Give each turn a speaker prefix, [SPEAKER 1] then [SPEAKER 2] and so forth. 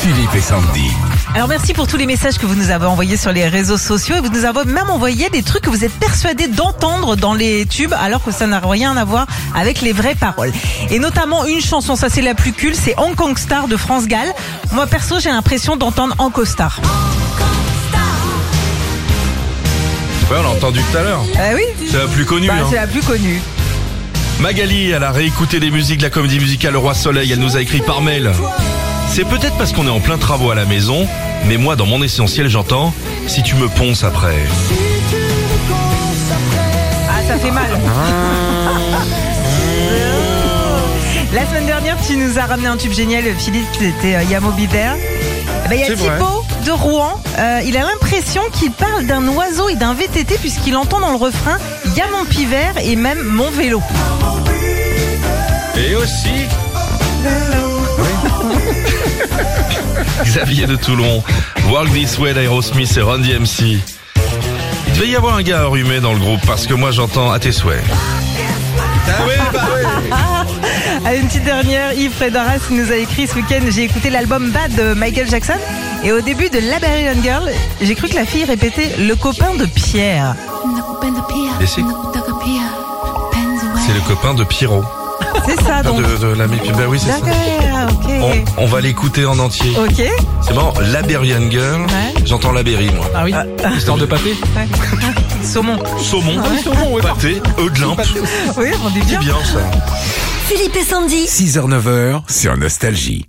[SPEAKER 1] Philippe et Sandy.
[SPEAKER 2] Alors merci pour tous les messages que vous nous avez envoyés sur les réseaux sociaux et vous nous avez même envoyé des trucs que vous êtes persuadés d'entendre dans les tubes alors que ça n'a rien à voir avec les vraies paroles. Et notamment une chanson, ça c'est la plus cool, c'est Hong Kong Star de France Gall. Moi perso j'ai l'impression d'entendre Hong Kong Star.
[SPEAKER 3] Ouais, on l'a entendu tout à l'heure.
[SPEAKER 2] Ah oui
[SPEAKER 3] C'est la plus connue.
[SPEAKER 2] Bah,
[SPEAKER 3] hein.
[SPEAKER 2] C'est la plus connue.
[SPEAKER 3] Magali, elle a réécouté des musiques de la comédie musicale Le Roi Soleil. Elle nous a écrit par mail. C'est peut-être parce qu'on est en plein travaux à la maison, mais moi, dans mon essentiel, j'entends si tu me ponces après.
[SPEAKER 2] Ah ça fait mal. La semaine dernière tu nous as ramené un tube génial Philippe, c'était euh, Yamo Biver. Eh ben, Il y a
[SPEAKER 3] C'est vrai.
[SPEAKER 2] Thibaut de Rouen, Euh, il a l'impression qu'il parle d'un oiseau et d'un VTT puisqu'il entend dans le refrain « Y'a mon piver et même mon vélo
[SPEAKER 3] Et aussi. Xavier de Toulon, Walk This Way d'Aerosmith et Ron DMC. Il devait y avoir un gars arrumé dans le groupe parce que moi j'entends à tes souhaits. Ah oui, bah oui. ».
[SPEAKER 2] Ah, Une petite dernière, Yves Fredoras nous a écrit ce week-end « J'ai écouté l'album Bad de Michael Jackson et au début de La Babylon Girl, j'ai cru que la fille répétait « Le copain de Pierre
[SPEAKER 3] Mais si. C'est le copain de Pierrot. ».
[SPEAKER 2] C'est ça donc.
[SPEAKER 3] Ah, de, de l'ami Pierrot. Bah oui, c'est ça.
[SPEAKER 2] D'accord, ok.
[SPEAKER 3] On, on va l'écouter en entier.
[SPEAKER 2] Ok.
[SPEAKER 3] C'est bon, la Berryan Girl.
[SPEAKER 2] Ouais.
[SPEAKER 3] J'entends la Berry, moi.
[SPEAKER 2] Ah oui.
[SPEAKER 3] Histoire de pâté
[SPEAKER 2] Saumon.
[SPEAKER 3] Saumon. Saumon, Pâté, œuf de limpe.
[SPEAKER 2] Oui, on est bien.
[SPEAKER 3] C'est bien, ça.
[SPEAKER 4] Philippe et Sandy.
[SPEAKER 1] 6h, 9h, sur Nostalgie.